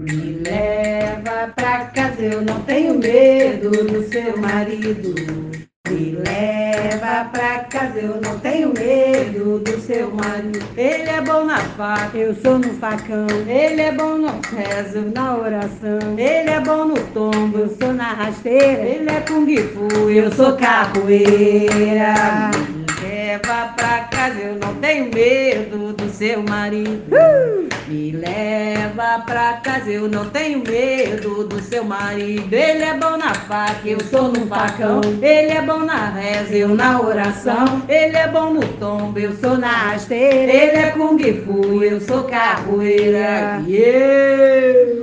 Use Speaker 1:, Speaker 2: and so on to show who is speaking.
Speaker 1: Me leva pra casa, eu não tenho medo do seu marido. Me leva pra casa, eu não tenho medo do seu marido. Ele é bom na faca, eu sou no facão. Ele é bom no rezo, na oração. Ele é bom no tombo, eu sou na rasteira. Ele é kung fu, eu sou capoeira. Me leva pra casa, eu não tenho medo do seu marido. Me leva pra casa, eu não tenho medo do seu marido. Ele é bom na faca, eu sou no facão. Ele é bom na reza, eu na oração. Ele é bom no tombo, eu sou na rasteira. Ele é kung fu, eu sou capoeira. E eu